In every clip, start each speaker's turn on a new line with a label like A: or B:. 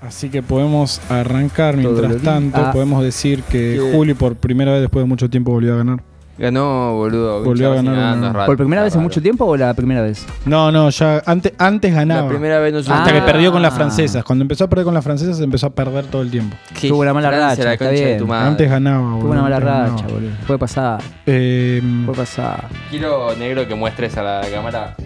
A: Así que podemos arrancar. Mientras
B: Dolorido.
A: tanto,
B: Ah.
A: podemos decir que
B: Bien.
A: Juli por primera vez después de mucho tiempo volvió a ganar.
C: Ganó, boludo.
A: Volvió a
C: Chavos,
A: ganar
C: y nada,
A: una-
C: es raro,
B: ¿Por primera
C: está
B: vez en
C: raro.
B: mucho tiempo o la primera vez?
A: No, no, ya antes, antes ganaba.
C: La primera vez no
A: Hasta
B: Ah.
A: que perdió con las francesas. Cuando empezó a perder con las francesas, empezó a perder todo el tiempo.
C: Qué
B: Tuvo una mala
C: Francia,
B: racha,
C: la
B: está
C: concha de
B: bien.
C: tu madre.
A: Antes ganaba, boludo.
B: Tuvo una mala
A: antes ganaba.
B: racha, boludo. Puede pasar,
A: Eh,
B: puede pasar.
C: Quiero, negro, que muestres a la cámara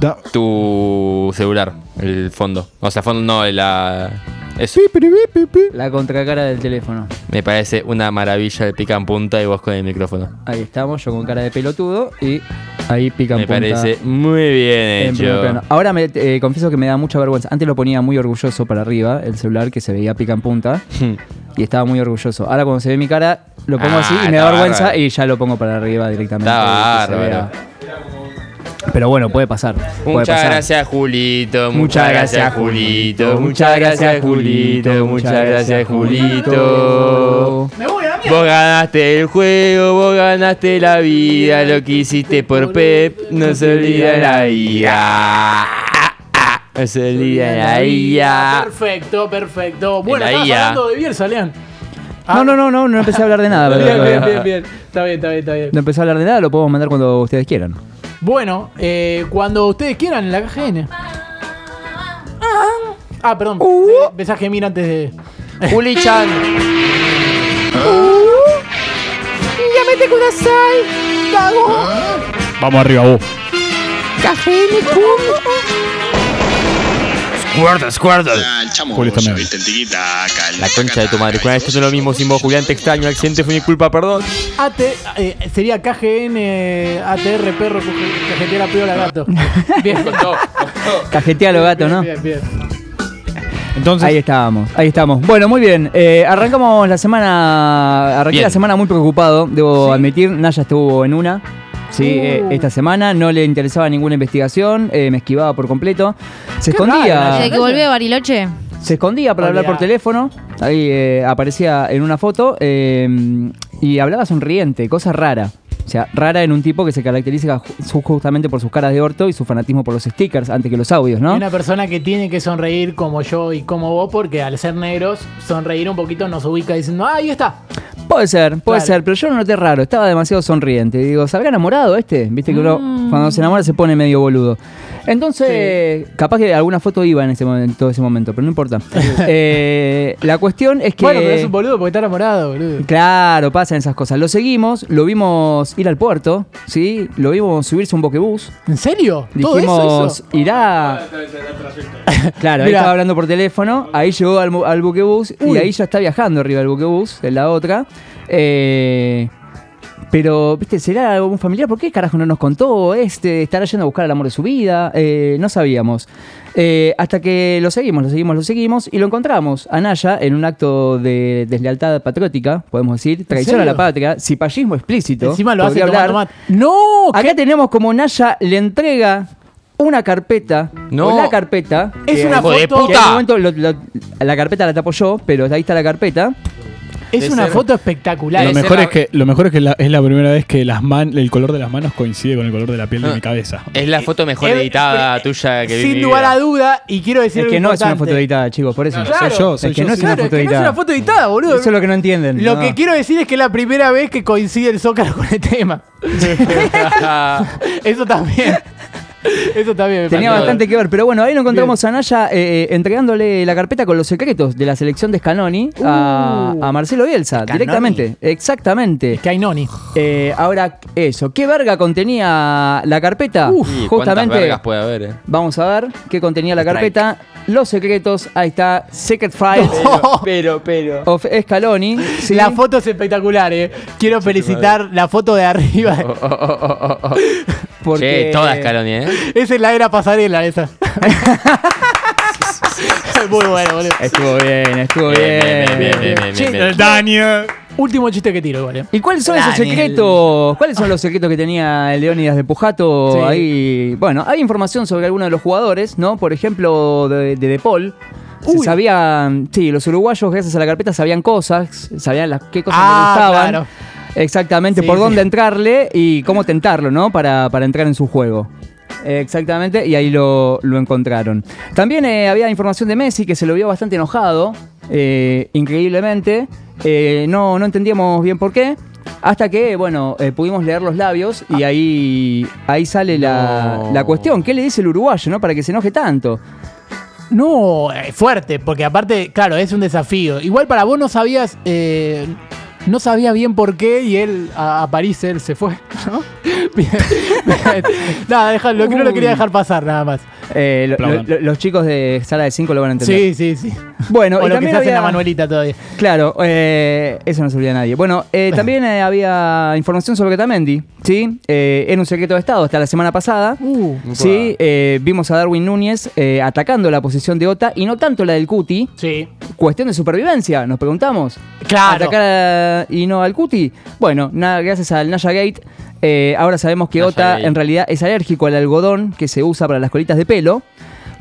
A: da-
C: tu celular, el fondo. O sea, fondo no, la. Eso.
A: pi, piri, pi, pi, pi.
B: La contracara del teléfono.
C: Me parece una maravilla el pica en punta y vos con el micrófono.
B: Ahí estamos, yo con cara de pelotudo y ahí pica
C: Me
B: en punta
C: parece muy bien
B: en primer
C: hecho.
B: plano. Ahora me, eh, confieso que me da mucha vergüenza. Antes lo ponía muy orgulloso para arriba, el celular que se veía pica en punta y estaba muy orgulloso. Ahora cuando se ve mi cara, lo pongo
C: Ah,
B: así y me
C: está
B: da vergüenza
C: bárbaro.
B: y ya lo pongo para arriba directamente.
C: Está
B: y que se
C: bárbaro.
B: vea. Pero bueno, puede pasar. puede
C: Muchas
B: pasar.
C: gracias Julito,
B: Muchas gracias, Julito. Muchas gracias, Julito. Muchas gracias, Julito.
D: ¿eh?
C: Vos ganaste el juego, vos ganaste la vida, lo que hiciste por Pep no se olvida en la vida. No se olvida en la vida.
D: Perfecto, perfecto. Bueno,
C: la
D: estabas
C: IA.
D: hablando de Bielsa, Lean.
B: No, no, no, no, no empecé a hablar de nada. pero-
D: Ah. Bien, bien, bien, bien. Está bien, está bien, está bien.
B: No empecé a hablar de nada, lo podemos mandar cuando ustedes quieran.
D: Bueno, eh, cuando ustedes quieran, en la KGN. Ah, perdón.
B: Uh.
D: eh, Pensás que mira antes de.
C: Juli Chan.
A: Vamos arriba, vos.
C: Squirtle, Squirtle.
E: Ah, el chamo,
A: Julio también.
E: viste el tiquita, acá, el
C: La concha de tu madre. Con esto es lo mismo sin vos, Julián. Te extraño. El accidente fue mi culpa, perdón.
D: AT, eh, sería KGN, ATR, perro, cuj- cajetera, piola, gato. Bien,
B: Cajetea a los gatos, ¿no?
D: Bien, bien.
A: Entonces,
B: Ahí estábamos, ahí estamos. Bueno, muy bien. eh, arrancamos la semana. Arranqué
C: Bien.
B: la semana muy preocupado, debo admitir. Naya estuvo en una. Sí, eh, esta semana no le interesaba ninguna investigación, eh, me esquivaba por completo. Se escondía,
D: raro,
F: Desde que volví a Bariloche.
B: se escondía para hablar por
D: Olvidá.
B: teléfono. Ahí eh, aparecía en una foto eh, y hablaba sonriente, cosa rara. O sea, rara en un tipo que se caracteriza ju- justamente por sus caras de orto y su fanatismo por los stickers antes que los audios, ¿no?
D: Y Una persona que tiene que sonreír como yo y como vos, porque al ser negros, sonreír un poquito nos ubica diciendo, ah, ahí está.
B: Puede ser, puede
D: Claro.
B: ser, pero yo no noté raro, estaba demasiado sonriente. Y Digo, ¿se habrá enamorado este? Viste que uno
D: Mm.
B: cuando se enamora se pone medio boludo. Entonces, capaz que alguna foto iba en ese momento, en todo ese momento, pero no importa. Eh, la cuestión es que.
D: Bueno, pero es un boludo porque está enamorado, boludo.
B: Claro, pasan esas cosas. Lo seguimos, lo vimos ir al puerto, ¿sí? Lo vimos subirse a un boquebús.
D: ¿En serio? ¿Todo eso
B: Dijimos,
D: hizo?
B: irá. Claro, ahí
D: Mirá.
B: estaba hablando por teléfono, ahí llegó al, mu- al buquebús y ahí ya está viajando arriba del buquebús, en la otra. Eh, pero, ¿viste? ¿Será algún familiar? ¿Por qué carajo no nos contó? Este, ¿Estará yendo a buscar el amor de su vida? Eh, no sabíamos. Eh, hasta que lo seguimos, lo seguimos, lo seguimos y lo encontramos a Naya en un acto de deslealtad patriótica, podemos decir, traición a la
D: serio?
B: patria, cipallismo explícito.
D: Encima lo hace
B: podría
D: tomando
B: hablar.
D: mate. ¡No!
B: Acá tenemos como Naya le entrega una carpeta.
C: No.
B: o la carpeta.
D: Es
B: que-
D: una
C: hijo de
D: foto,
B: que en un
C: puta.
B: momento lo- lo- la carpeta la tapo yo, pero ahí está la carpeta.
D: es una
C: ser-
D: foto espectacular.
C: de
A: lo
C: ser
A: mejor
C: la-
A: es que, lo mejor es, que la- es la primera vez que las man- el color de las manos coincide con el color de la piel de
C: Ah.
A: mi cabeza.
C: Es la foto mejor
D: Eh,
C: editada
D: eh,
C: tuya que vi. en
D: Sin
C: mi
D: lugar
C: vida.
D: a duda, y quiero decir
B: Es
D: algo
B: que no es una
D: importante.
B: foto editada, chicos, por eso.
D: Claro.
A: Soy yo, soy
B: Es que
A: yo,
B: no es
A: soy
B: una
D: Claro, es
B: foto
D: que no es
B: editada.
D: una foto editada, boludo.
B: Eso es lo que no entienden.
D: Lo
B: no.
D: que quiero decir es que es la primera vez que coincide el Zócalo con el tema. Eso también. Eso también me
B: Tenía
D: parece.
B: bastante que ver, pero bueno, ahí lo encontramos a Naya eh, eh, entregándole la carpeta con los secretos de la selección de Scaloni a, a Marcelo Bielsa, directamente. Exactamente.
D: Que hay Noni.
B: Eh, ahora, eso. ¿Qué verga contenía la carpeta?
C: Uf, y ¿Cuántas vergas puede haber, eh?
B: Vamos a ver qué contenía la
C: Strike.
B: carpeta. Los secretos, ahí está, Secret Files
C: Pero, pero.
B: of Scaloni. ¿sí?
D: La foto es espectacular, eh. Quiero felicitar la foto de arriba.
C: Che, toda Scaloni, ¿eh?
D: Esa es la era pasarela, esa. Muy bueno, boludo.
B: Estuvo bien, estuvo
C: Bien,
B: bien. eh,
C: bien, Eh, bien, bien, bien, bien, bien.
A: Daniel.
D: Último chiste que tiro, igual. eh.
B: ¿Y cuáles son esos
D: Daniel.
B: secretos? ¿Cuáles son los secretos que tenía el Leónidas de Pujato?
D: Sí.
B: Ahí, bueno, hay información sobre algunos de los jugadores, ¿no? Por ejemplo, de De, de Paul. Se
D: Uy.
B: sabían, sí, los uruguayos gracias a la carpeta sabían cosas, sabían las, qué cosas
D: Ah,
B: le gustaban.
D: claro.
B: Exactamente,
D: Sí,
B: por
D: sí.
B: dónde entrarle y cómo tentarlo, ¿no? Para, para entrar en su juego. Eh, Exactamente, y ahí lo, lo encontraron. También eh, había información de Messi que se lo vio bastante enojado, eh, increíblemente. Eh, no, no entendíamos bien por qué. Hasta que, bueno, eh, pudimos leer los labios y ahí, ahí sale la,
C: No.
B: la cuestión. ¿Qué le dice el uruguayo, no? Para que se enoje tanto.
D: No, eh, fuerte, porque aparte, claro, es un desafío. Igual para vos no sabías, eh, no sabía bien por qué y él a, a París él se fue, ¿no? Bien, bien. Nada, déjalo, que no lo quería dejar pasar nada más.
B: Eh, lo-
A: Aplaudan.
B: lo- lo- los chicos de sala de 5 lo van a entender.
D: Sí, sí, sí.
B: Bueno,
D: o
B: y
D: lo que
B: también
D: se hace en la
B: había-
D: Manuelita todavía.
B: Claro, eh, eso no se olvida nadie. Bueno, eh, también eh, había información sobre Tamendi, ¿sí? Eh, en un secreto de Estado hasta la semana pasada.
D: Uh,
B: Sí, eh, vimos a Darwin Núñez eh, atacando la posición de Ota y no tanto la del Cuti.
D: sí.
B: Cuestión de supervivencia, nos preguntamos.
D: Claro.
B: ¿Atacar a- y no al Cuti? Bueno, nada, gracias al Naya Gate, eh, ahora sabemos que
C: Naya
B: Ota
C: Gate.
B: en realidad es alérgico al algodón que se usa para las colitas de pelo.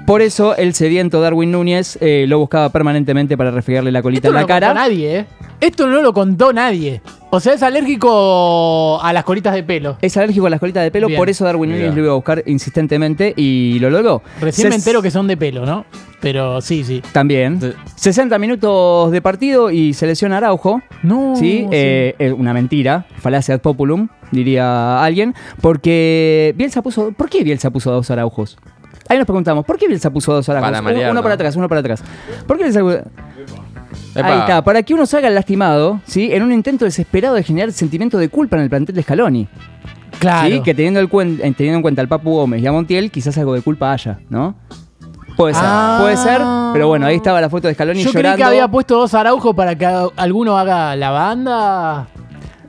B: Por eso el sediento Darwin Núñez eh, lo buscaba permanentemente para refregarle la colita
D: Esto
B: en
D: no
B: la
D: lo
B: cara.
D: contó nadie, ¿eh? Esto no lo contó nadie. O sea, es alérgico a las colitas de pelo.
B: Es alérgico a las colitas de pelo,
D: Bien.
B: por eso Darwin
C: Mirá.
B: Núñez lo iba a buscar insistentemente y lo logró.
D: Recién me
B: Se-
D: entero que son de pelo, ¿no? Pero sí, sí.
B: También.
C: Sí.
B: 60 minutos de partido y se lesiona Araujo.
D: No.
B: sí, eh, eh, una mentira, falacia ad populum, diría alguien, porque Bielsa puso, ¿por qué Bielsa puso dos Araujos? Ahí nos preguntamos, ¿por qué Bielsa puso dos Araujos?
C: Para
B: Uno-
C: marear,
B: uno,
C: ¿no?
B: para atrás, uno para atrás. ¿Por qué Bielsa- Ahí
C: Epa.
B: está, para que uno salga lastimado, ¿sí? En un intento desesperado de generar sentimiento de culpa en el plantel de Scaloni.
D: claro.
B: ¿sí? Que teniendo, el cuen- eh, teniendo en cuenta al Papu Gómez y a Montiel, quizás algo de culpa haya, ¿no? Puede ser,
D: Ah.
B: puede ser, pero bueno, ahí estaba la foto de Scaloni
D: Yo
B: llorando.
D: creí que había puesto dos Araujo para que a- alguno haga la banda.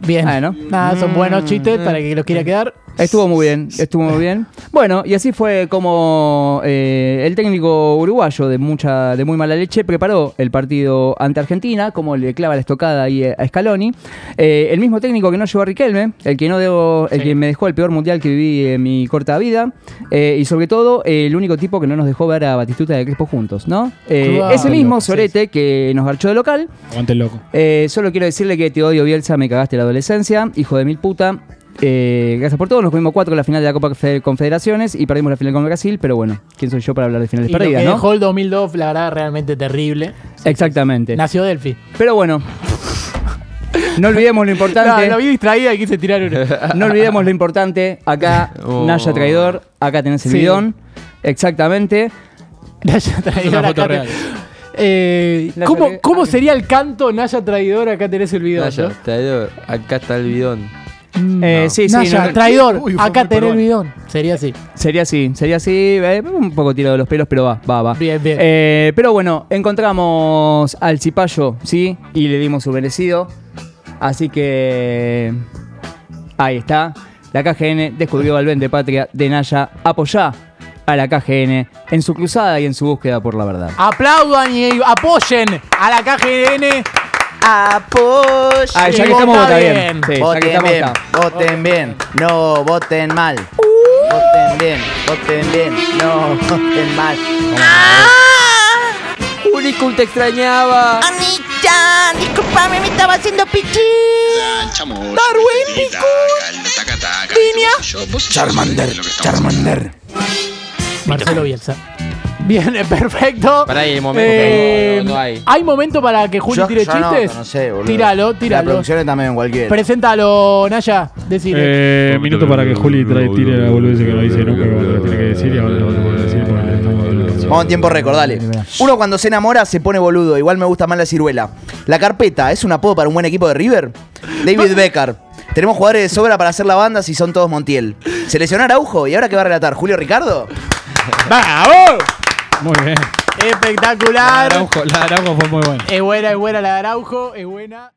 D: Bien.
B: Ah, ¿no?
D: Nada,
A: Mm,
D: son buenos chistes para que los quiera quedar.
B: Estuvo muy bien, estuvo muy bien. Bueno, y así fue como eh, el técnico uruguayo de mucha, de muy mala leche preparó el partido ante Argentina, como le clava la estocada ahí a Scaloni. Eh, el mismo técnico que no llevó a Riquelme, el que no debo, el
D: Sí.
B: que me dejó el peor mundial que viví en mi corta vida. Eh, y sobre todo, eh, el único tipo que no nos dejó ver a Batistuta y a Crespo juntos, ¿no? Eh,
D: Claro.
B: ese mismo
D: Sí, sí.
B: Sorete que nos garchó de local.
A: Aguante el loco.
B: Eh, solo quiero decirle que te odio, Bielsa, me cagaste la adolescencia, hijo de mil puta. Eh, gracias por todo, nos comimos cuatro en la final de la Copa Fe- Confederaciones y perdimos la final con Brasil, pero bueno, ¿quién soy yo para hablar de finales
D: Y lo que
B: perdidas, no?
D: dejó el 2002, la verdad, realmente terrible.
B: Exactamente.
D: Nació Delphi.
B: Pero bueno, no olvidemos lo importante.
D: No, lo vi distraída y quise tirar uno.
B: No olvidemos lo importante. Acá,
C: Oh.
B: Naya traidor, acá tenés el
D: Sí.
B: bidón. Exactamente.
D: Naya
A: Es una
D: Traidor.
A: foto
D: acá te-
A: real.
D: Eh,
B: La
D: ¿cómo,
B: saqué-
D: ¿Cómo sería el canto Naya Traidor? Acá tenés el video.
C: Naya, traidor, acá está el bidón.
B: Eh, sí, sí,
D: Naya,
B: no-
D: traidor,
A: Uy, fue
D: acá
A: muy
D: tenés
A: peruano.
D: el bidón. Sería así.
B: Sería así, sería así, eh, un poco tirado de los pelos, pero va, va, va.
D: Bien, bien.
B: Eh, pero bueno, encontramos al Cipayo, ¿sí? Y le dimos su merecido. Así que. Ahí está. La KGN descubrió al de patria de Naya. Apoyá a la KGN en su cruzada y en su búsqueda por la verdad.
D: Aplaudan y apoyen a la KGN.
E: Apoyen.
B: Ah, ya que
D: vota
B: estamos, vota bien.
D: bien.
B: Sí, ya que
E: Voten
B: estamos,
E: bien,
B: está.
E: voten bien, no voten mal. Voten bien, voten bien, no voten mal.
F: Ah,
C: Unicum te extrañaba.
F: Anichan, disculpame, me estaba haciendo pichín.
G: Darwin Pico. Línea. Charmander. Charmander.
D: Marcelo Bielsa. Bien, eh, perfecto.
C: Pará, hay momento,
D: Eh,
C: pero no, no hay.
D: momento para que Juli
E: Yo-
D: tire
E: yo no,
D: chistes?
E: no sé, boludo.
D: tíralo,
E: La
D: tíralo.
E: producción es también cualquiera.
D: Preséntalo, Naya. Decile.
A: Eh, minuto para que Juli trae, tire la boludez que no dice nunca cuando la tiene que decir y ahora la vuelve a decir porque le estamos
E: Vamos a tiempo récord, dale. Uno cuando se enamora se pone boludo, igual me gusta más la ciruela. La carpeta, ¿es un apodo para un buen equipo de River? David Becker. Tenemos jugadores de sobra para hacer la banda si son todos Montiel. Seleccionar Araujo y ahora qué va a relatar, Julio Ricardo.
D: ¡Bravo!
A: Muy bien.
D: Espectacular.
A: Araujo, la Araujo fue muy buena.
D: Es buena, es buena la de Araujo, es buena.